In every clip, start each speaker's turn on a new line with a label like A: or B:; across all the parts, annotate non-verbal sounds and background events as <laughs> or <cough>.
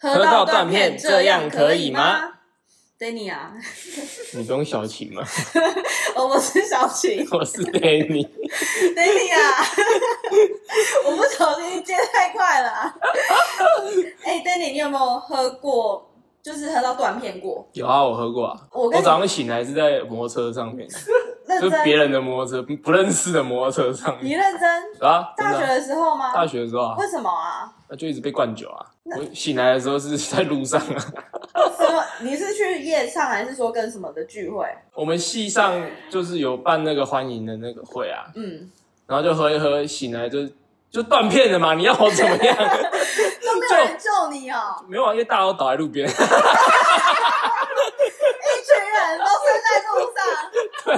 A: 磕到断片，这样可以吗？
B: ？Danny 啊，
A: 你不用小琴吗？
B: <laughs> 哦，我是小晴
A: <laughs> 我是 Danny，
B: ，Danny 啊， <laughs> 我不小心接太快
A: <laughs>
B: 了啊。哎、d a n n y 你有没有喝过，就是喝到断片过？
A: 有啊，我喝过啊。
B: 我
A: 我
B: 跟你
A: 早上醒来是在摩托车上面，
B: 认
A: 就是别
B: 真，
A: 人的摩托车，不认识的摩托车上
B: 你
A: 面
B: 认真？
A: 啊。真
B: 大
A: 的
B: 学
A: 啊
B: 的时候吗？
A: 大学的时候啊，
B: 为什么啊？
A: 那就一直被灌酒啊。我醒来的时候是在路上啊。 <laughs>
B: 什么？你是去夜上还是说跟什么的聚会？
A: 我们系上就是有办那个欢迎的那个会啊，
B: 嗯，
A: 然后就喝一喝，醒来就就断片了嘛。你要我怎么样？
B: 都
A: <laughs>
B: 没有人救你哦，
A: 没有啊，因为大家都倒在路边。
B: 一群人都睡在路上。啊哇，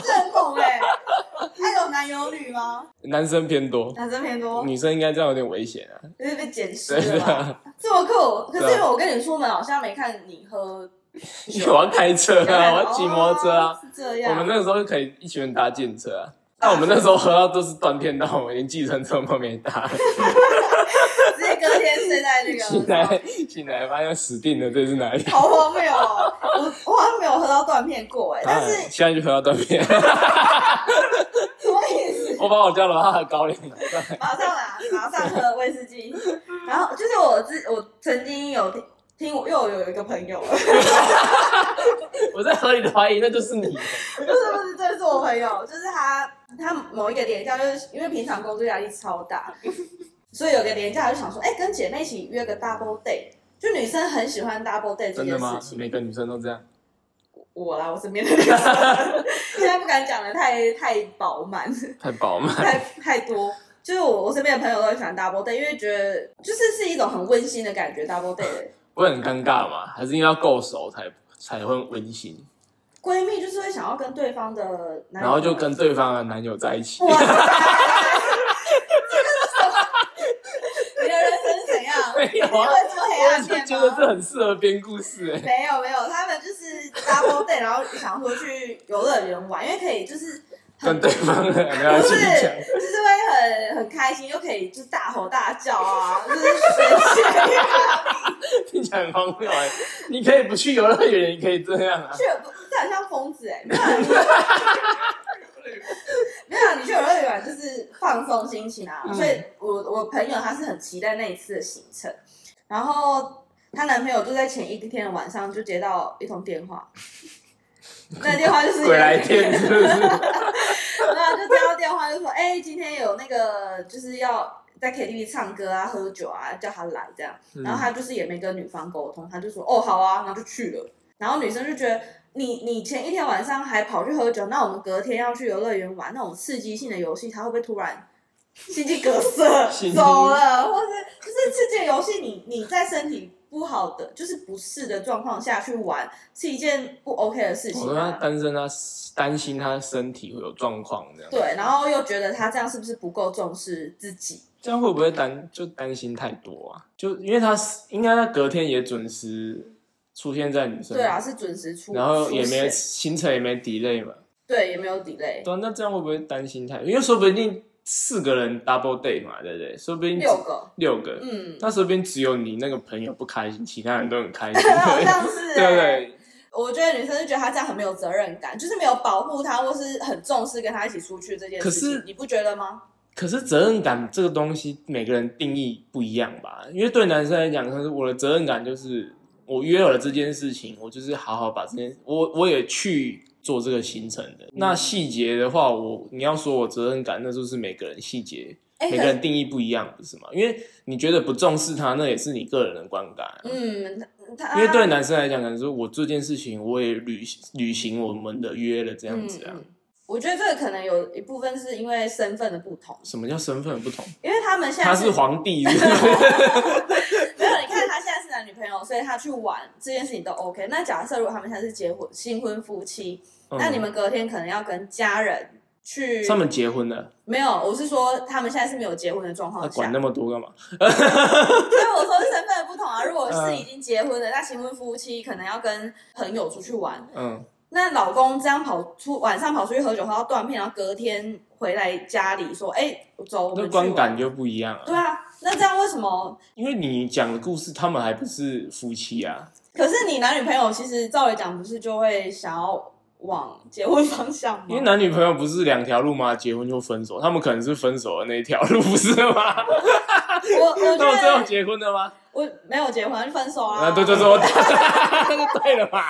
B: 这很恐哎、还有男有女吗？
A: 男生偏多，
B: 男生偏多，
A: 女生应该这样有点危险啊。
B: 哦就是被捡尸
A: 对
B: 了吧？
A: 啊，
B: 这么酷！可
A: 对啊
B: 是因为我跟你出门好像没看你喝
A: <laughs> 因为我要开车
B: 酒， <laughs>
A: 啊，我要骑摩托车啊
B: 哦。是这
A: 我
B: 样。
A: 们那个时候可以一群人搭电车啊。但我们那时候喝到都是断片到，我们连计程车都
B: <laughs>
A: 没搭。
B: 直接隔天睡在
A: <laughs>
B: 那
A: 醒
B: 个，
A: 来，醒来发现死定了，这是哪里？
B: 好荒谬哦！我我好像没有喝到断片过哎， <laughs> 但
A: 哎
B: 是
A: 现在就喝到断
B: <laughs>
A: 片。
B: 什么意思？
A: 我把我家楼下的高粱
B: <laughs>
A: 拿上来。
B: 马上啦，马上喝威士忌。然后就是我之我曾经有听听我，因为我有一个朋友，不
A: 我在合理的怀疑，那就是
B: <laughs>
A: 你。
B: 是不是，这是我朋友，就是他他某一个廉价，就是因为平常工作压力超大，所以有个廉价就想说，哎、跟姐妹一起约个 double date。就女生很喜欢 double date 这
A: 真
B: 件
A: 的吗
B: 事？情，
A: 每个女生都这样？
B: 我啦，我身边的女生现在不敢讲的太太饱满，
A: 太饱满。
B: 太太多。就是我我身边的朋友都很喜欢 double date，因为觉得就是是一种很温馨的感觉，double date
A: 不会很尴尬
B: <laughs>
A: 吗？还是因为要够熟才才会温馨，
B: 闺蜜就是会想要跟对方的男友，
A: 然后就跟对方的男友在
B: <laughs>
A: 一起
B: 哇，，塞，这个是什么？你的人生是怎
A: <laughs>
B: 样？
A: <laughs> 没
B: <laughs>
A: 有
B: 你
A: 啊
B: 会做黑
A: 我
B: 暗
A: 是
B: 面
A: 觉得
B: 吗？
A: 这很适合编故事哎、
B: 没有没有，他们就是 double date，然后想说去游乐园玩，因为可以就是很
A: 跟对方的男
B: <laughs>
A: 友
B: 不
A: 去
B: 是
A: 讲，
B: 就是会很很开心，又可以就是大吼大叫啊，就是宣泄啊，
A: 听起来很荒谬哎、你可以不去游乐园，你可以这样啊，
B: 去这很像疯子哎、没有啊
A: <laughs>
B: 你没有啊，你去游乐园就是放松心情啊。
A: 嗯
B: 所以我我朋友他是很期待那一次的行程，然后她男朋友就在前一天的晚上就接到一通电话，那个电话就是
A: <laughs> <laughs> 鬼来电是不是？
B: 然后就接到电话就说，哎、今天有那个就是要在 KTV 唱歌啊、喝酒啊，叫他来这样。
A: 嗯
B: 然后他就是也没跟女方沟通，他就说哦好啊，然后就去了。然后女生就觉得你你前一天晚上还跑去喝酒，那我们隔天要去游乐园玩那种刺激性的游戏，他会不会突然心肌梗塞
A: <laughs> 心肌
B: 走了，或是就是刺激的游戏你，你在身体不好的就是不适的状况下去玩，是一件不 OK 的事
A: 嗯我
B: 情
A: 说他
B: 啊。
A: 单身，他担心他身体会有状况这样，
B: 对，然后又觉得他这样是不是不够重视自己？
A: 这样会不会担就担心太多啊？就因为他应该他隔天也准时出现在女生，
B: 对啊，是准时出，
A: 然后也
B: 出
A: 没
B: 现
A: 行程也没 delay 嘛。
B: 对，也没有 delay，
A: 对啊、那这样会不会担心太？因为说不定四个人 double day 嘛，对不对？说不定只
B: 六个，
A: 六个，
B: 嗯，
A: 那说不定只有你那个朋友不开心，其他人都很开
B: <laughs>
A: 心，
B: 好像是、欸，
A: 对不对？
B: 我觉得女生就觉得她这样很没有责任感，就是没有保护她，或是很重视跟她一起出去这件事情。
A: 可是
B: 你不觉得吗？
A: 可是责任感这个东西，每个人定义不一样吧？因为对男生来讲，他是我的责任感就是我约了这件事情，我就是好好把这件，我我也去做这个行程
B: 嗯
A: 的。那细节的话，我你要说我责任感，那就是每个人细节
B: 哎、
A: 每
B: 可
A: 个人定义不一样，不是吗？因为你觉得不重视他，那也是你个人的观感啊、
B: 嗯，她
A: 因为对男生来讲，可能说我做这件事情，我也履履行我们的约了，这样子啊。
B: 嗯嗯我觉得这个可能有一部分是因为身份的不同，
A: 什么叫身份的不同？
B: 因为他们现在
A: 他是皇帝是不是 <laughs>
B: 没有，你看他现在是男女朋友，所以他去玩这件事情都 OK。那假设如果他们现在是结婚新婚夫妻，<laughs>
A: 嗯
B: 那你们隔天可能要跟家人去，
A: 他们结婚了，
B: 没有，我是说他们现在是没有结婚的状
A: 他
B: 况下
A: 啊管，那么多干嘛？
B: 所以我说是身
A: 嗯
B: 份的不同啊。如果是已经结婚的，那新婚夫妻可能要跟朋友出去玩，
A: 嗯，
B: 那老公这样跑出晚上跑出去喝酒喝到断片，然后隔天回来家里说：“哎、走，我
A: 那
B: 们去
A: 观
B: 玩。
A: 感就不一样”
B: 对
A: 啊。
B: 啊，那这样为什么？
A: 因为你讲的故事，他们还不是夫妻啊，
B: 可是你男女朋友其实照理讲不是就会想要往结婚方向吗？
A: 因为男女朋友不是两条路吗？结婚就分手，他们可能是分手的那一条路，不是吗？
B: 我
A: <laughs>
B: 我觉
A: 那我最后
B: 得
A: 结婚了吗？
B: 我没有结婚就分手啊，
A: <laughs> 啊，对对对，我就对了嘛。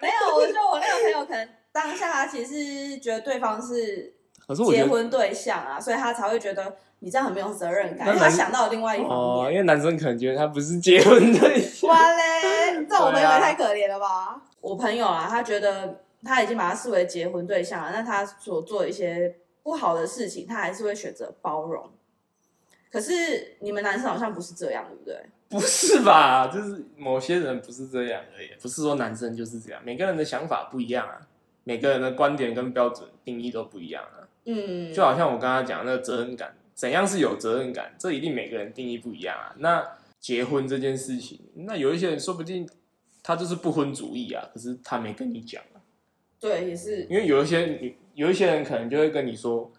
B: 没有，我觉得我那个朋友可能当下他其实觉得对方是
A: 可是我
B: 结
A: 觉得
B: 婚对象啊，所以他才会觉得你这样很没有责任感，
A: 那
B: 因为他
A: 男
B: 想到了另外一方
A: 哦，
B: 面。
A: 因为男生可能觉得他不是结婚对象。
B: 哇
A: <laughs>
B: 嘞，这我朋友
A: 对啊
B: 也太可怜了吧！我朋友啊，他觉得他已经把他视为结婚对象了，那他所做的一些不好的事情，他还是会选择包容。可是你们男生好像不是这样，对不对？
A: 不是吧？就是某些人不是这样而已，不是说男生就是这样，每个人的想法不一样啊，每个人的观点跟标准定义都不一样啊。
B: 嗯，
A: 就好像我刚刚讲的那个责任感，怎样是有责任感，这一定每个人定义不一样啊。那结婚这件事情，那有一些人说不定他就是不婚主义啊，可是他没跟你讲啊，
B: 对，也是
A: 因为有一些女，有一些人可能就会跟你说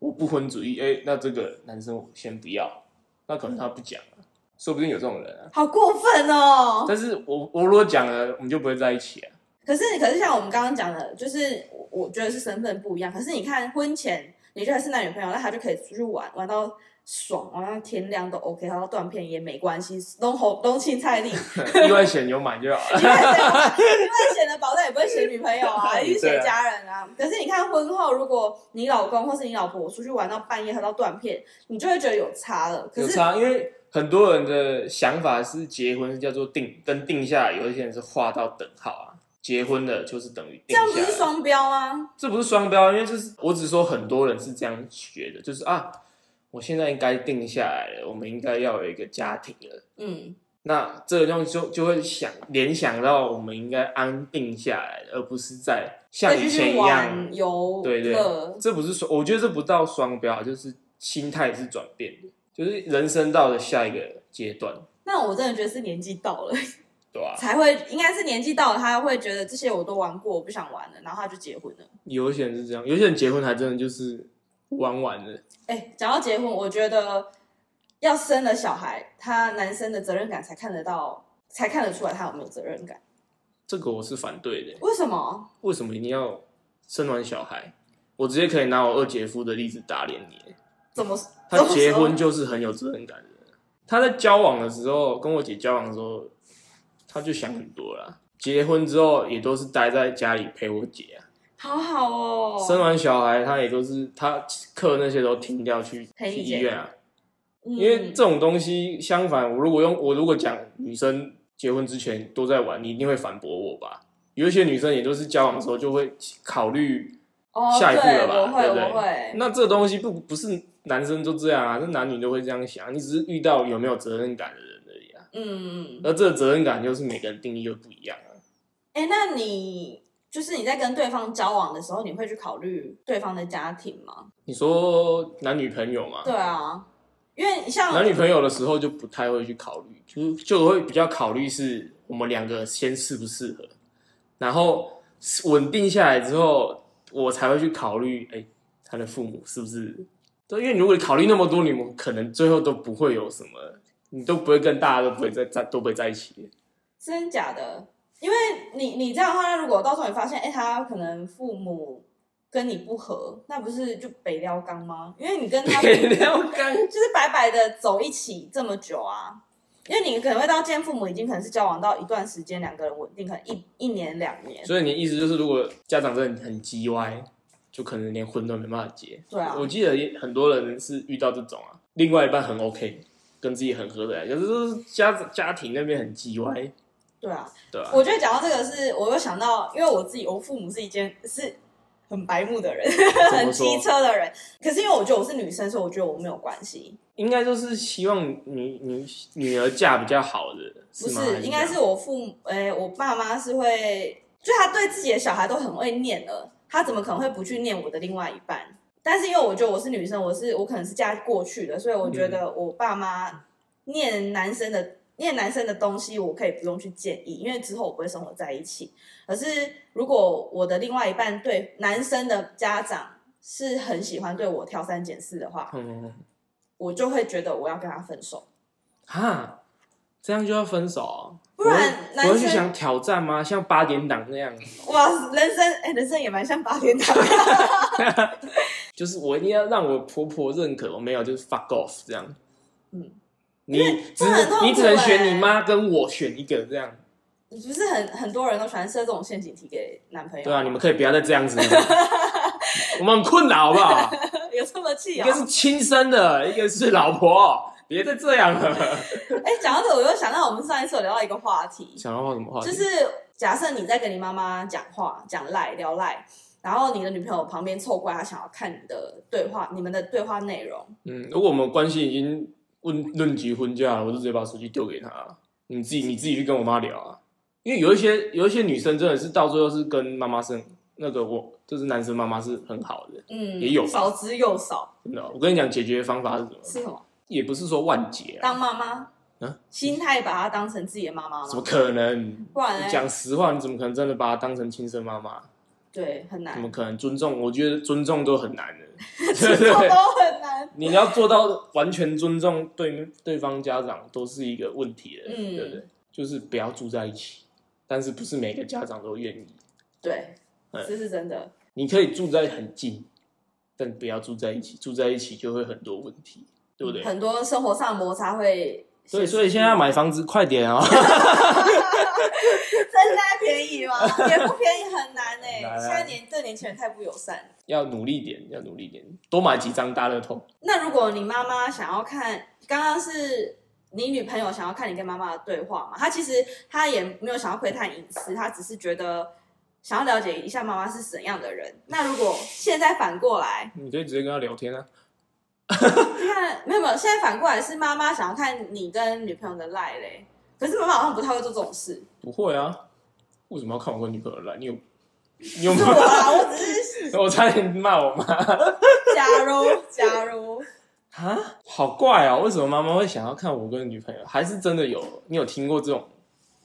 A: 我不婚主义，哎、那这个男生我先不要，那可能他不讲啊，说不定有这种人啊。
B: 好过分哦。
A: 但是我我如果讲了，我们就不会在一起啊。 <laughs>
B: 可是，可是像我们刚刚讲的，就是我我觉得是身份不一样。可是你看婚前，你觉得是男女朋友，那他就可以出去玩，玩到爽，玩到天亮都 OK，然后断片也没关系，拢红拢青菜粒，因
A: 意外险有买就好了。
B: 为谁啊因为选的保单也不会选女朋友啊，
A: <laughs>
B: 一定
A: 对
B: 选
A: 啊
B: 家人啊。可是你看婚后，如果你老公或是你老婆出去玩到半夜喝到断片，你就会觉得有差了。可
A: 有
B: 是
A: 差，因为很多人的想法是结婚是叫做定，跟定下来，有一些人是画到等号啊。结婚了就是等于
B: 这
A: 定下
B: 样
A: 来
B: 不是双标吗？
A: 这不是双标，因为就是我只说很多人是这样学的，就是啊，我现在应该定下来了，我们应该要有一个家庭了。
B: 嗯，
A: 那这个东西就就会想联想到我们应该安定下来，而不是在像
B: 再
A: 以
B: 去
A: 前
B: 去
A: 一样
B: 玩游
A: 对对
B: 乐，，
A: 这不是说，我觉得这不到双标，啊就是心态是转变的，就是人生到了下一个阶段，
B: 那我真的觉得是年纪到了。
A: 对吧、
B: 才会，应该是年纪到了，他会觉得这些我都玩过，我不想玩了，然后他就结婚了。
A: 有一些人是这样，有一些人结婚还真的就是玩玩的，
B: 哎，讲到结婚，我觉得要生了小孩，他男生的责任感才看得到，才看得出来他有没有责任感。
A: 这个我是反对的。
B: 为什么？
A: 为什么一定要生完小孩？我直接可以拿我二姐夫的例子打脸你，
B: 怎么？
A: 他
B: 怎哦么
A: 结婚
B: 说
A: 就是很有责任感的人。他在交往的时候，跟我姐交往的时候，他就想很多啦。结婚之后也都是待在家里陪我姐啊。
B: 好好
A: 生
B: 哦，
A: 完小孩，他也都是他课那些都停掉去
B: 陪
A: 去
B: 你
A: 医
B: 姐
A: 院啊，
B: 嗯
A: 因为这种东西相反，我如果用我如果讲女生结婚之前都在玩，你一定会反驳我吧？有一些女生也都是交往的时候就会考虑，
B: 哦，
A: 下一步了吧
B: 对我会，
A: 对不对
B: 我会。
A: 那这东西不不是男生就这样啊，这男女都会这样想，你只是遇到有没有责任感的人而已啊。
B: 嗯，
A: 而这个责任感就是每个人定义又不一样啊。
B: 哎，那你就是你在跟对方交往的时候，你会去考虑对方的家庭吗？
A: 你说男女朋友嘛，
B: 对啊，因为像
A: 男女朋友的时候就不太会去考虑，就就会比较考虑是我们两个先适不适合，然后稳定下来之后，我才会去考虑，哎、他的父母是不是？对，因为如果你考虑那么多，你们可能最后都不会有什么，你都不会跟大家都不会在在都不会在一起。
B: 真的假的？因为你你这样的话，如果到时候你发现，哎、他可能父母跟你不和，那不是就北撩缸吗？因为你跟他
A: <laughs> 北撩缸
B: 就是白白的走一起这么久啊，因为你可能会到见父母已经可能是交往到一段时间，两个人稳定，可能一一年两年，
A: 所以你意思就是，如果家长真的很鸡歪，就可能连婚都没办法结。
B: 对啊，
A: 我记得也很多人是遇到这种啊，另外一半很 OK，跟自己很合得来，可是就是家家庭那边很叽歪，
B: 对啊。
A: 对吧、
B: 我觉得讲到这个是，我又想到，因为我自己，我父母是一件是很白目的人，<laughs>
A: 怎
B: 很
A: 么
B: 机
A: 说？
B: 车的人，可是因为我觉得我是女生，所以我觉得我没有关系。
A: 应该就是希望你你女儿嫁比较好的，
B: 不
A: 吗？还
B: 是，应该
A: 怎
B: 是
A: 样
B: 我父母，诶、我爸妈是会，就他对自己的小孩都很会念了，他怎么可能会不去念我的另外一半？但是因为我觉得我是女生，我是我可能是嫁过去的，所以我觉得我爸妈念男生的因为男生的东西我可以不用去建议，因为之后我不会生活在一起。可是如果我的另外一半对男生的家长是很喜欢对我挑三拣四的话，
A: 嗯，
B: 我就会觉得我要跟他分手。
A: 哈，这样就要分手哦、
B: 不然
A: 我会我会去
B: 男生
A: 想挑战吗？像八点档那样，
B: 哇，人生哎、人生也蛮像八点档。
A: 就是我一定要让我婆婆认可，我没有就是 fuck off 这样。
B: 嗯，
A: 你只
B: 这很痛
A: 能
B: 苦
A: 你只能选
B: 欸
A: 你妈跟我选一个这样。
B: 你不是很很多人都喜欢设这种陷阱题给男朋友？
A: 对啊，你们可以不要再这样子了， <laughs> 我们很困扰好不好？
B: <laughs> <laughs> 有这么气
A: 一
B: 啊、
A: 个是亲生的，一个是老婆，别再这样了。 <laughs>
B: 哎，讲、到这，我又想到我们上一次有聊到一个话题，
A: 想要话什么话题？
B: 就是假设你在跟你妈妈讲话、讲赖聊赖，然后你的女朋友旁边凑过来，她想要看你的对话、你们的对话内容，
A: 嗯，如果我们关系已经论论及婚嫁了，我就直接把手机丢给她，你自己你自己去跟我妈聊啊。因为有一些有一些女生真的是到最后是跟妈妈生那个我就是男生妈妈是很好的，
B: 嗯，
A: 也有吧
B: 少之又少，
A: 真的。我跟你讲，解决方法是什么？
B: 是什么？
A: 也不是说万劫啊，
B: 当妈妈，
A: 嗯
B: 心态把她当成自己的妈妈
A: 怎么
B: 吗？
A: 可能？
B: 不然呢？
A: 讲实话，你怎么可能真的把她当成亲生妈妈？
B: 对，很
A: 怎
B: 难，
A: 么可能尊重？我觉得尊重都很难的，对
B: <laughs> 这
A: 不对？
B: 都很难。
A: 你要做到完全尊重对对方家长，都是一个问题了，
B: 嗯
A: 对不对？就是不要住在一起，但是不是每个家长都愿意。
B: 对，
A: 嗯
B: 这是真的。
A: 你可以住在很近，但不要住在一起，住在一起就会很多问题，对不对？
B: 嗯很多生活上的摩擦会显示出
A: 所
B: 来。
A: 以，所以现在要买房子快点
B: <laughs>
A: 啊！
B: 真的便 <laughs> 宜吗？也不便宜，很难哎、
A: 来来
B: 现在年对年轻人太不友善了。
A: 要努力点，要努力点，多买几张大乐透。
B: 那如果你妈妈想要看，刚刚是你女朋友想要看你跟妈妈的对话嘛？她其实她也没有想要窥探隐私，她只是觉得想要了解一下妈妈是怎样的人。那如果现在反过来，
A: 你可以直接跟他聊天啊。
B: 看没有没有，现在反过来是妈妈想要看你跟女朋友的赖嘞，可是妈妈好像不太会做这种 <laughs> 事。
A: 不会啊，为什么要看我跟女朋友来？
B: <laughs>
A: 你有，你有没
B: 是我
A: 有？
B: 啦，我只是
A: <laughs> 我差点骂我妈
B: <laughs> 假如假如
A: 啊，好怪哦！为什么妈妈会想要看我跟女朋友？还是真的有？你有听过这种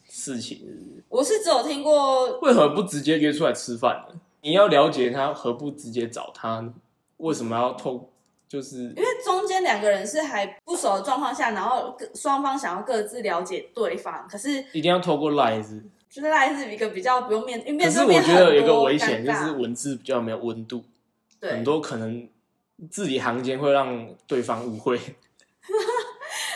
A: 事情是不是
B: 我是只有听过
A: 为何不直接约出来吃饭呢？你要了解他，何不直接找他呢？为什么要透？就是
B: 因为中间两个人是还不熟的状况下，然后各双方想要各自了解对方，可是
A: 一定要透过 line 是不
B: 就是赖是一个比较不用面，因为
A: 是，可
B: 面
A: 是
B: 对面
A: 我觉得有一
B: 很
A: 个
B: 多
A: 危险，
B: 尴
A: 就
B: 尬
A: 是文字比较没有温度，
B: 对
A: 很多可能字里行间会让对方误会。 <laughs>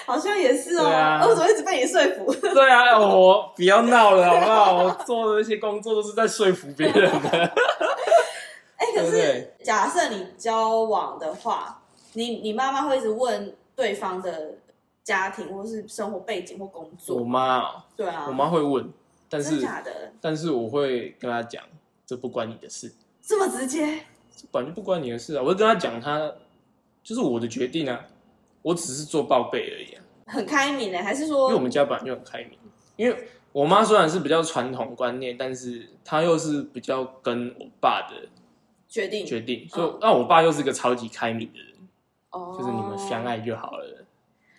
B: 好像也是哦，
A: 对啊
B: 哦我怎么一直被你说服？
A: 对啊，我不要闹了好不好？我做的那些工作都是在说服别人
B: <laughs>
A: 的，
B: 哎、
A: 对
B: 可
A: 不
B: 是
A: 对？
B: 假设你交往的话，你你妈妈会一直问对方的家庭或是生活背景或工
A: 我
B: 作，
A: 妈哦，
B: 对啊，
A: 我妈会问，但
B: 真
A: 是
B: 假的
A: 但是我会跟她讲，这不关你的事，
B: 这么直接，
A: 这本来就不关你的事啊。我会跟她讲，她就是我的决定啊，我只是做报备而已啊。
B: 很开明欸呢？还是
A: 因为我
B: 说
A: 们家本来就很开明，因为我妈虽然是比较传统观念，但是她又是比较跟我爸的
B: 决定
A: 决定，所以那我爸又是一个超级开明的人，
B: 嗯哦，
A: 就是你们相，爱就好了。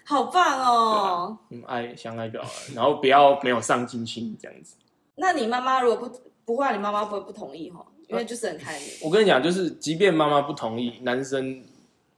B: 好棒哦。
A: 嗯，爱相爱就好了，然后不要没有上进心这样子。
B: 那你妈妈如果不不会啊，你妈妈不会不同意哈，因
A: 呃
B: 为就是很开明。
A: 我跟你讲，就是即便妈妈不同意，男生，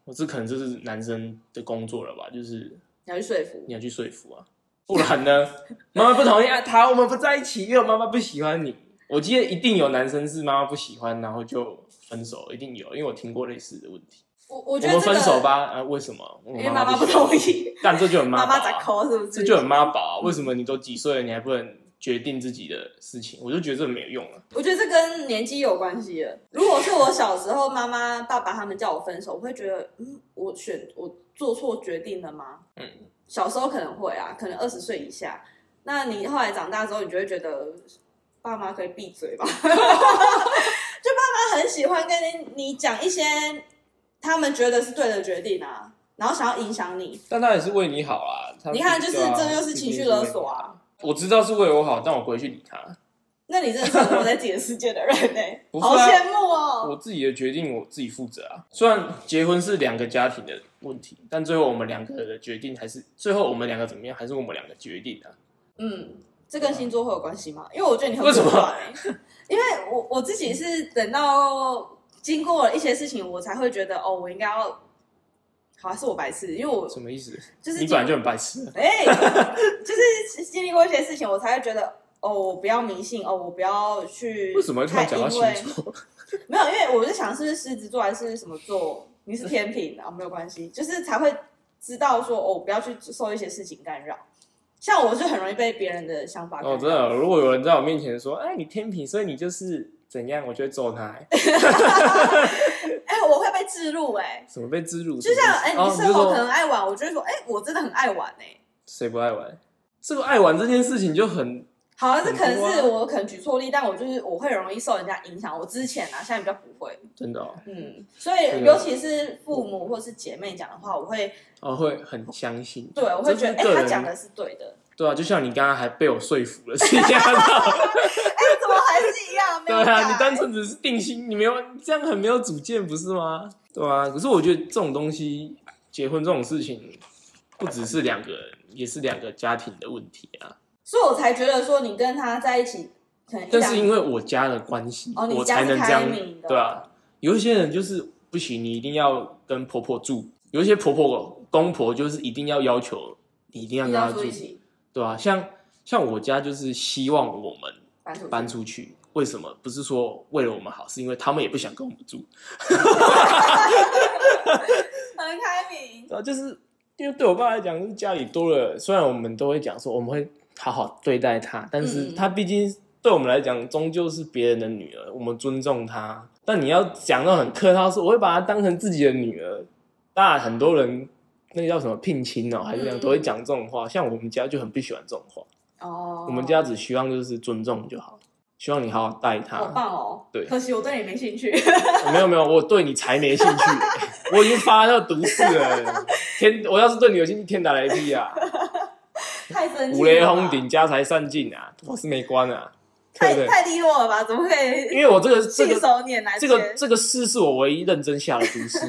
A: 我这可能就是男生的工作了吧，就是
B: 你要去说服
A: 你要去说服啊，不然呢，妈妈不同意啊，他我们不在一起，因为我妈妈不喜欢你。我记得一定有男生是妈妈不喜欢，然后就分手，一定有，因为我听过类似的问题。
B: 我，我
A: 我
B: 觉得
A: 们
B: 这个
A: 分手，吧，啊，为什么？我
B: 因为妈妈
A: 不
B: 不
A: 喜欢
B: 同，意，
A: 但这就很
B: 妈
A: 宝
B: 妈
A: 啊
B: 在抠是不
A: 这
B: 是？
A: 就很妈宝啊！为什么你都几岁了，你还不能决定自己的事情？我就觉得这没有用啊。
B: 我觉得这跟年纪有关系了。如果是我小时候，妈妈、爸爸他们叫我分手，我会觉得，嗯，我选我做错决定了吗？
A: 嗯，
B: 小时候可能会啊，可能二十岁以下。那你后来长大之后，你就会觉得爸妈可以闭嘴吧？ <laughs> 就爸妈很喜欢跟你讲一些他们觉得是对的决定啊，然后想要影响你。
A: 但他也是为你好啊。他
B: 你看，就是
A: 对啊 <laughs>
B: 这就是情绪勒索。啊！
A: 我知道是为我好，但我不会去理他。
B: 那你真的是活在自己的世界的人呢、
A: 不是啊
B: 好羡慕哦。
A: 我自己的决定我自己负责啊。虽然结婚是两个家庭的问题，但最后我们两个的决定还是最后我们两个怎么样，还是我们两个决定的、啊。
B: 嗯，这跟星座会有关系吗？因为我觉得你很
A: 啊为什么
B: 古怪欸？因为我我自己是等到经过了一些事情，我才会觉得哦，我应该要。好、啊，是我白痴，因为我
A: 什么意思？
B: 就是
A: 你
B: 经
A: 本来就很白痴啊。
B: 哎、 <laughs> 就是经历过一些事情，我才会觉得哦，我不要迷信，哦，我不要去。
A: 为什么会突然讲到星
B: 太因为
A: 座？
B: 没有，因为我是想是狮子座还是什么座，你是天平啊，没有关系， <laughs> 就是才会知道说哦，不要去受一些事情干扰。像我就很容易被别人的想法干扰
A: <laughs> 哦，真的，如果有人在我面前说：“哎，你天平，所以你就是怎样？”我就会揍他、哎
B: 哎、我会被置入哎、
A: 什么被之
B: <laughs>
A: 辱？
B: 就像哎、
A: 什么
B: 你
A: 意思
B: 是否
A: 哦
B: 可
A: 就说
B: 能爱玩？我就会说，哎、我真的很爱玩哎、
A: 谁不爱玩？这个爱玩这件事情就很
B: 好啊，这可能
A: 很
B: 是
A: 多
B: 我可能举错例，但我就是我会容易受人家影响。我之前啊，现在比较不会，
A: 真的哦，
B: 嗯，所
A: 这
B: 以
A: 个
B: 尤其是父母或是姐妹讲的话，我会
A: 哦会很相信。
B: 对我会觉得，
A: 这
B: 哎、
A: 是个人
B: 他讲的是对的，
A: 对啊，就像你刚刚还被我说服了是一
B: <laughs>
A: 样的。
B: 哎、怎么还是一样？没
A: 对
B: 有
A: 啊，
B: 改
A: 你单纯只是定心，你没有这样很没有主见，不是吗？对啊，可是我觉得这种东西，结婚这种事情，不只是两个人，也是两个家庭的问题啊。
B: 所以我才觉得说你跟他在一起可能一
A: 但
B: 两
A: 是因为我家的关系，
B: 啊哦，你
A: 我
B: 家
A: 才
B: 是
A: 能这样
B: 开明的，
A: 对啊，有一些人就是不行，你一定要跟婆婆住；有一些婆婆公婆就是一定要要求你一定要
B: 一定
A: 跟
B: 要
A: 她
B: 住
A: 住
B: 一，起
A: 对啊，像像我家就是希望我们
B: 搬出去
A: 搬出去，为什么？不是说为了我们好，是因为他们也不想跟我们住，
B: 很开明，
A: 然后啊就是因为对我爸来讲，就是家里多了，虽然我们都会讲说我们会好好对待他，但是
B: 嗯
A: 他毕竟对我们来讲，终究是别人的女儿，我们尊重她。但你要讲到很客套，说我会把她当成自己的女儿，当然很多人那个叫什么聘亲哦，还是这样
B: 嗯
A: 都会讲这种话。像我们家就很不喜欢这种话，
B: 哦，
A: 我们家只希望就是尊重就好，希望你好好待她。
B: 好棒哦，
A: 对
B: 可惜我对你没兴
A: <laughs>
B: 趣，
A: 没有没有，我对你才没兴趣欸、我已经发要毒誓了。天，我要是对你有兴趣，天打雷劈啊！
B: 太生气了吧，
A: 五雷轰顶，家财散尽啊！我是没关啊，对
B: 太
A: 不对？
B: 太低落了吧？怎么可以
A: 因为我这个这
B: 信
A: 个
B: 手拈来
A: 这
B: 些？
A: 个这个事是我唯一认真下的毒誓。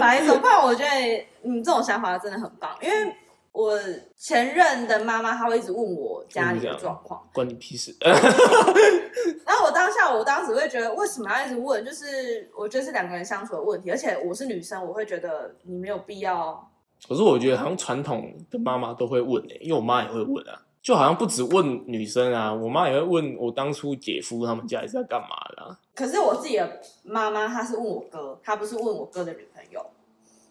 B: 白手，不然我觉得你这种想法真的很棒，因为我前任的妈妈她会一直问我家里的状况。
A: 关你屁事！呃
B: 然后我当下，我当时会觉得为什么要一直问？就是我觉得是两个人相处的问题，而且我是女生，我会觉得你没有必要。
A: 可是我觉得好像传统的妈妈都会问欸诶、因为我妈也会问啊，就好像不止问女生啊，我妈也会问我当初姐夫他们家里是在干嘛的、啊。
B: 可是我自己的妈妈，她是问我哥，她不是问我哥的女朋友。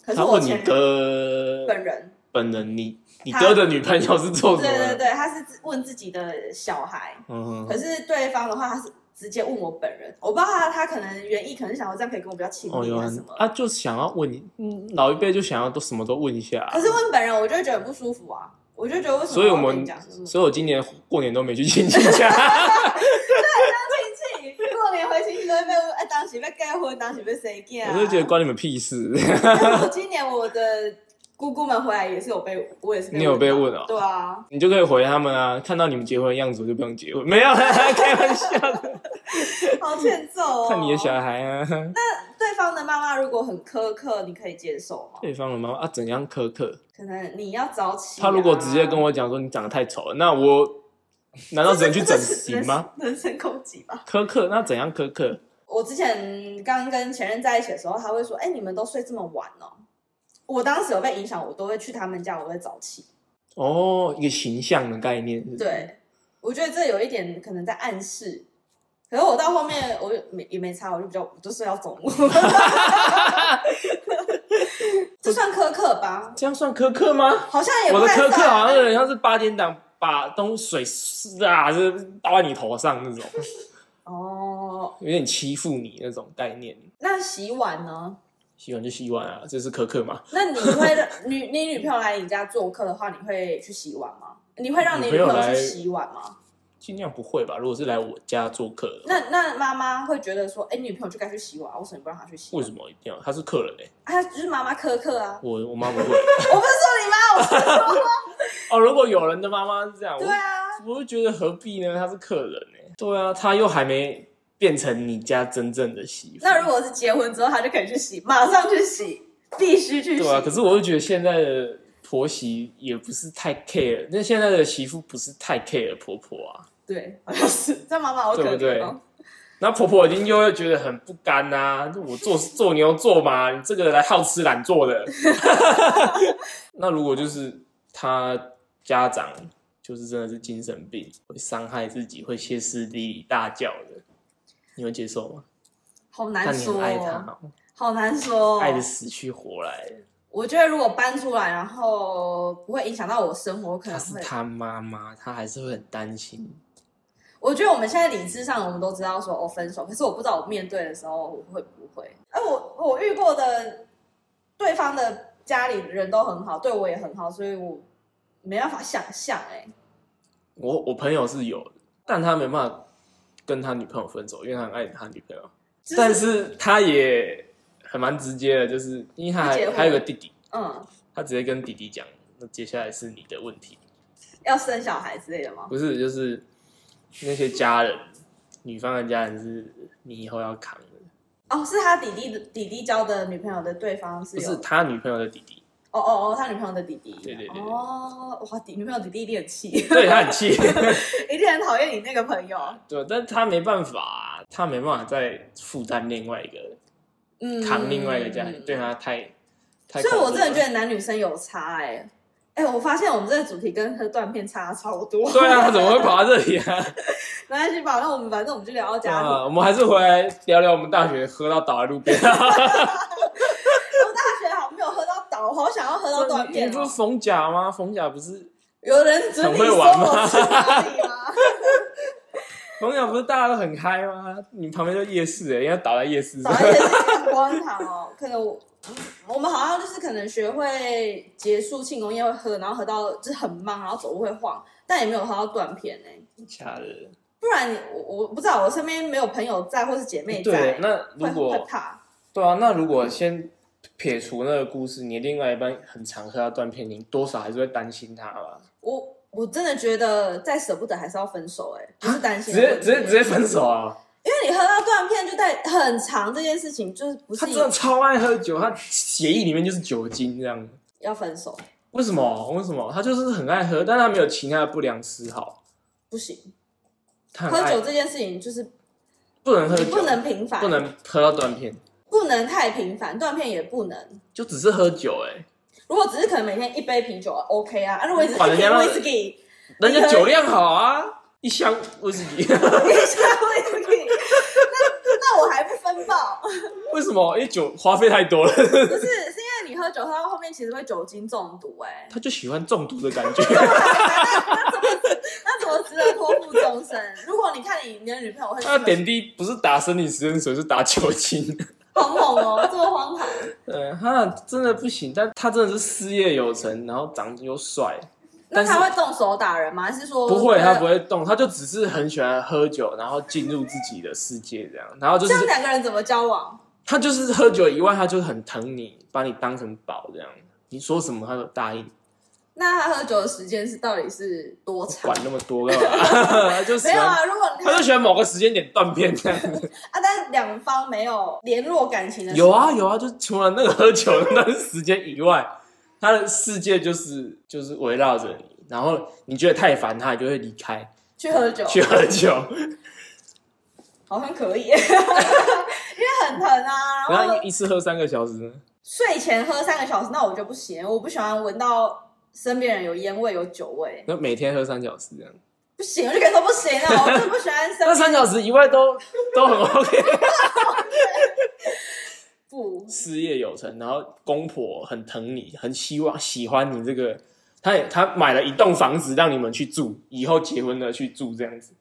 B: 可是
A: 她
B: 我
A: 问你
B: 前任
A: 哥
B: 本人，
A: 本人，你你
B: 她
A: 哥的女朋友是做
B: 对
A: 什么的？
B: 对对，她是问自己的小孩。
A: 嗯
B: 可是对方的话，他是直接问我本人，我不知道他他可能原意可能是想要这样可以跟我比较亲
A: 哦，
B: 密
A: 有
B: 啊
A: 啊
B: 什么。
A: 啊，就想要问你，嗯，老一辈就想要都什么都问一下啊、
B: 可是问本人，我就会觉得很不舒服啊，我就觉得为什么
A: 所以
B: 要
A: 我
B: 跟
A: 们
B: 你讲什么？
A: <laughs> 所以我今年过年都没去亲戚家，
B: 亲戚过年回亲戚都会被问，哎，当时被结婚，当时被谁嫁啊？
A: <laughs> 我
B: <laughs>
A: 就觉得关你们屁事。 <laughs>
B: 但是我今年我的姑姑们回来也是有被，我也是
A: 你有被
B: 到
A: 问哦
B: 对啊，
A: 你就可以回他们啊，看到你们结婚的样子，我就不用结婚。没有啦， <laughs> 开玩笑的，
B: 好欠揍哦。
A: 看你的小孩啊， <laughs>
B: 对方的妈妈如果很苛刻，你可以接受吗？
A: 对方的妈妈啊，怎样苛刻？
B: 可能你要早起啊。
A: 他如果直接跟我讲说你长得太丑了，那
B: <laughs>
A: 我难道只能去整形吗？
B: 这是？ <laughs> 人身攻击吧。
A: 苛刻，那怎样苛刻？
B: 我之前刚跟前任在一起的时候，他会说：“哎、你们都睡这么晚哦。”我当时有被影响，我都会去他们家，我会早起。
A: 哦，一个形象的概念是，，
B: 对，我觉得这有一点可能在暗示。可是我到后面，我就没也没差，我就比较我就睡到中午。 <laughs> 这算苛刻吧？
A: 这样算苛刻吗？
B: 好像也
A: 我
B: 不
A: 的
B: 太
A: 苛刻啊
B: 算啊
A: 好像有点像是八点档把东水啊，就是倒在你头上那种，
B: 哦。
A: 有点欺负你那种概念。
B: 那洗碗呢？
A: 洗碗就洗碗啊，这是苛刻嘛？
B: 那你会让女你女朋友来你家做客的话，你会去洗碗吗？你会让你女朋
A: 女
B: 友
A: 朋友来
B: 去洗碗吗？
A: 尽量不会吧？如果是来我家做客的话，
B: 那那妈妈会觉得说，哎、女朋友就该去洗碗，为什么不让她去洗
A: 为
B: 碗？
A: 什么哦一定要？他是客人哎、
B: 啊，就是妈妈苛刻啊！<laughs>
A: 我我妈不会
B: 我不是说你妈，我是说
A: 哦。如果有人的妈妈是这样，我
B: 对啊，
A: 我就觉得何必呢？他是客人哎、对啊，他又还没变成你家真正的媳妇。
B: 那如果是结婚之后，他就可以去洗，马上去洗，必须去洗。
A: 对啊，可是我就觉得现在的婆媳也不是太 care，那现在的媳妇不是太 care 婆婆啊。
B: 对，好像是这样妈妈好可
A: 对不对
B: 怜哦。
A: 那婆婆一定就会觉得很不甘呐、我做做牛做马，你这个来好吃懒做
B: <laughs>
A: 的。那如果就是他家长就是真的是精神病，会伤害自己，会歇斯底里大叫的，你会接受吗？
B: 好
A: 但
B: 难
A: 你
B: 说
A: 很爱
B: 哦，
A: 他，
B: 好难说哦。
A: 爱的死去活来，
B: 我觉得如果搬出来，然后不会影响到我生活，我可
A: 他
B: 能
A: 是
B: 会。
A: 他妈妈，他还是会很担心。
B: 我觉得我们现在理智上我们都知道说哦分手，可是我不知道我面对的时候我会不会。哎，我我遇过的对方的家里人都很好，对我也很好，所以我没办法想象哎、
A: 我我朋友是有的，但他没办法跟他女朋友分手，因为他很爱他女朋友。
B: 就是
A: 但是他也很蛮直接的，就是因为他
B: 不结
A: 还
B: 婚
A: 还有个弟弟，
B: 嗯，
A: 他直接跟弟弟讲，那接下来是你的问题，
B: 要生小孩之类的吗？
A: 不是就是那些家人，女方的家人是你以后要扛的，
B: 哦，是他弟弟的弟弟交的女朋友的对方是哦
A: 不
B: 有
A: 是他女朋友的弟弟，
B: 哦哦哦，他女朋友的弟弟，
A: 对对对对
B: 哦，哇，弟女朋友弟弟一定很气，
A: 对他很气，
B: <laughs> 一定很讨厌你那个朋友，
A: 对，但他没办法啊、他没办法再负担另外一个
B: 嗯，
A: 扛另外一个家庭，对他太太，
B: 所以，我真的觉
A: 得。
B: 得男女生有差哎、欸。哎、我发现我们这个主题跟这断片差超多。 <laughs>
A: 对啊，他怎么会跑到这里啊？
B: 没关系吧？那我们反正我们就聊到家里。
A: 啊，我们还是回来聊聊我们大学喝到倒在路
B: <laughs>
A: 边。
B: 我大学好像没有喝到倒，我好想要喝到断
A: 你
B: 片、
A: 不是
B: 哦。
A: 冯甲吗？冯甲不是
B: 有人准你说我去哪里啊吗？
A: 冯甲不是大家都很嗨吗？你旁边就夜市哎、欸，人家倒在夜
B: <laughs>
A: 市
B: 早
A: 上
B: 一。点是阳光堂哦，可能我。我们好像就是可能学会结束庆功宴会喝，然后喝到就是很忙，然后走路会晃，但也没有喝到断片哎、
A: 假的。
B: 不然你我我不知道，我身边没有朋友在或是姐妹在
A: 对，，那如
B: 会会
A: 果
B: 怕。
A: 对啊，那如果先撇除那个故事，你另外一半很常喝到断片，你多少还是会担心他吧？
B: 我我真的觉得再舍不得还是要分手、欸，哎，不是担
A: 啊直
B: 心，
A: 接直接直接分手啊！
B: 欸因为你喝到断片就在很长这件事情，就是不
A: 他
B: 是
A: 真的超爱喝酒，他协议里面就是酒精这样。
B: 要分手，
A: 为什么？为什么？他就是很爱喝，但他没有其他的不良嗜好。
B: 不行，
A: 他很
B: 喝
A: 爱
B: 酒这件事情就是
A: 不能喝
B: 你
A: 酒，
B: 不能频繁，
A: 不能喝到断片，
B: 不能太频繁，断片也不能。
A: 就只是喝酒哎、
B: 如果只是可能每天一杯啤酒啊，OK 啊，啊如果一直
A: 管人家
B: 一
A: 那
B: 杯 whisky，
A: 人家酒量好啊，一箱威士忌，
B: 一
A: <laughs>
B: 下 whisky，那那我还不分爆？ <laughs>
A: 为什么？因为酒花费太多了， <laughs>
B: 不是，是因为你喝酒喝到后面其实会酒精中毒、哎，
A: 他就喜欢中毒的感
B: <laughs>
A: 觉。 <laughs>
B: 那怎么值得托付终身？如果你看你你的女朋友会
A: 他的点滴不是打生理食盐水，是打酒精。 <laughs>
B: 好猛哦，这么荒唐。
A: 嗯，他真的不行，但他真的是事业有成，然后长得又帅，
B: 那
A: 但是
B: 他会动手打人吗？还是说
A: 不会，他不
B: 会？
A: 会动，他就只是很喜欢喝酒，然后进入自己的世界这样，然后就
B: 这样
A: 是
B: 两个人怎么交往？
A: 他就是喝酒以外，他就是很疼你，把你当成宝这样，你说什么他都答应。
B: 那他喝酒的时间是到底是多长
A: 管？那么多干嘛？ <laughs> 他就喜
B: 没有
A: 欢，
B: 啊，如果你
A: 他就喜欢某个时间点断片这
B: <laughs>
A: 样子。
B: 啊，但是两方没有联络感情的时候
A: 有啊，有啊，就是除了那个喝酒的那段时间以外，他的世界就是就是围绕着你。然后你觉得太烦，他就会离开
B: 去喝酒，
A: 去
B: <laughs>
A: 喝酒。
B: 好像可以，因 <laughs> 为很疼啊。然
A: 然
B: 后
A: 后一次喝三个小时呢，
B: 睡前喝三个小时，那我就不行，我不喜欢闻到身边人有烟味、有酒味，
A: 那每天喝三小时这样。
B: 不行，我就跟你说不行啊，我就不喜欢身
A: 那
B: 边
A: 三小时以外都都很 OK， <laughs>
B: 不
A: 事业有成，然后公婆很疼你，很希望喜欢你这个。他也他买了一栋房子让你们去住，以后结婚了去住这样子。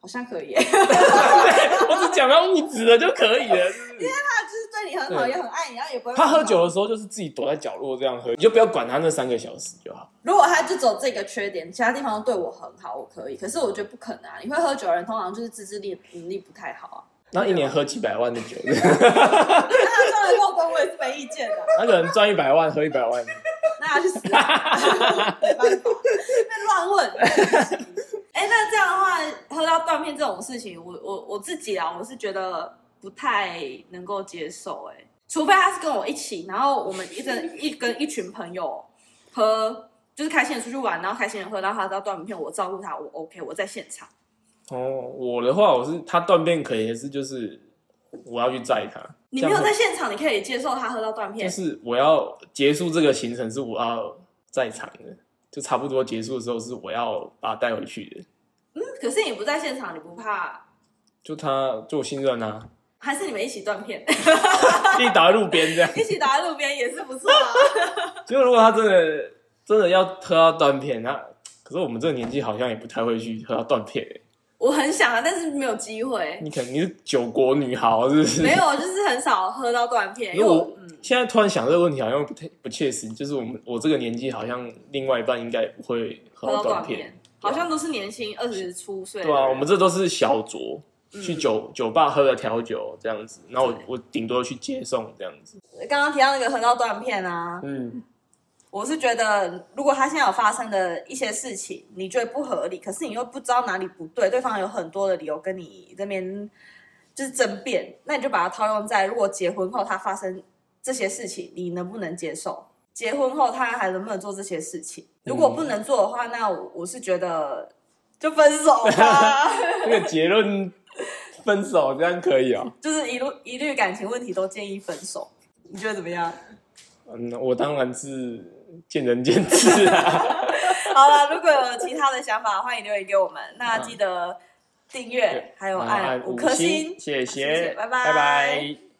B: 好像可以。 <laughs>
A: 我只讲到物质了就可以了。是不是
B: 他就是对你很好，
A: 对
B: 也很爱你，然后也不会。
A: 他喝酒的时候就是自己躲在角落这样喝，你就不要管他那三个小时就好。
B: 如果他就只有这个缺点，其他地方对我很好，我可以。可是我觉得不可能啊！你会喝酒的人通常就是自制力能力不太好啊。 <laughs>
A: 然后一年喝几百万的酒， <laughs>
B: 那他赚来够分，我也是没意见的。啊
A: 他可能赚一百万喝一百万。 <laughs>
B: 那他去死啊！没办法，被乱问。哎、哎、那这样的话，喝到断片这种事情，我我我自己啊，我是觉得不太能够接受、哎，除非他是跟我一起，然后我们一整一跟一群朋友喝，就是开心的出去玩，然后开心的喝，然后他到断片，我照顾他，我 OK，我在现场。
A: 哦，我的话我是他断片可以，可是就是我要去载他。
B: 你没有
A: 这样
B: 在现场，你可以接受他喝到断
A: 就
B: 片。
A: 是我要结束这个行程，是我要在场的，就差不多结束的时候是我要把他带回去的。
B: 嗯，可是你不在现场，你不怕？
A: 就他就我信任啊，
B: 还是你们一起断片， <laughs>
A: 一直倒在路边这样。
B: 一起打在路边也是不错啊。 <laughs>
A: 结果如果他真的真的要喝到断片，那可是我们这个年纪好像也不太会去喝到断片、欸。
B: 我很想啊，但是没有机会。
A: 你可能你是酒国女豪是不
B: <laughs>
A: 是？
B: 没有，就是很少喝到断片，因
A: 因
B: 为
A: 为
B: 我
A: 我
B: 嗯，
A: 现在突然想这个问题，好像不太不切实际。就是我们我这个年纪，好像另外一半应该也不会喝
B: 喝到
A: 断
B: 断
A: 片啊
B: 片，，好像都是年轻二十出岁的
A: 对
B: 人。
A: 啊，我们这都是小酌，去酒、酒吧喝了调酒这样子，然后我
B: 嗯对
A: 我顶多去接送这样子。
B: 刚刚提到那个喝到断片啊，
A: 嗯，
B: 我是觉得如果他现在有发生的一些事情，你觉得不合理，可是你又不知道哪里不对，对方有很多的理由跟你这边就是争辩，那你就把它套用在如果结婚后他发生这些事情，你能不能接受？结婚后他还能不能做这些事情？如
A: 嗯
B: 果不能做的话，那我我是觉得就分手
A: <laughs>
B: 吧。
A: 这个结论分手这样可以啊、
B: 就是一路一律感情问题都建议分手，你觉得怎么 <laughs> 样？
A: 嗯，我当然是见仁见智啊。
B: 好了，如果有其他的想法，欢迎留言给我们。那记得订阅，还有
A: 然
B: 嗯
A: 后
B: 按五颗星，啊
A: 谢
B: 谢谢拜拜
A: 拜拜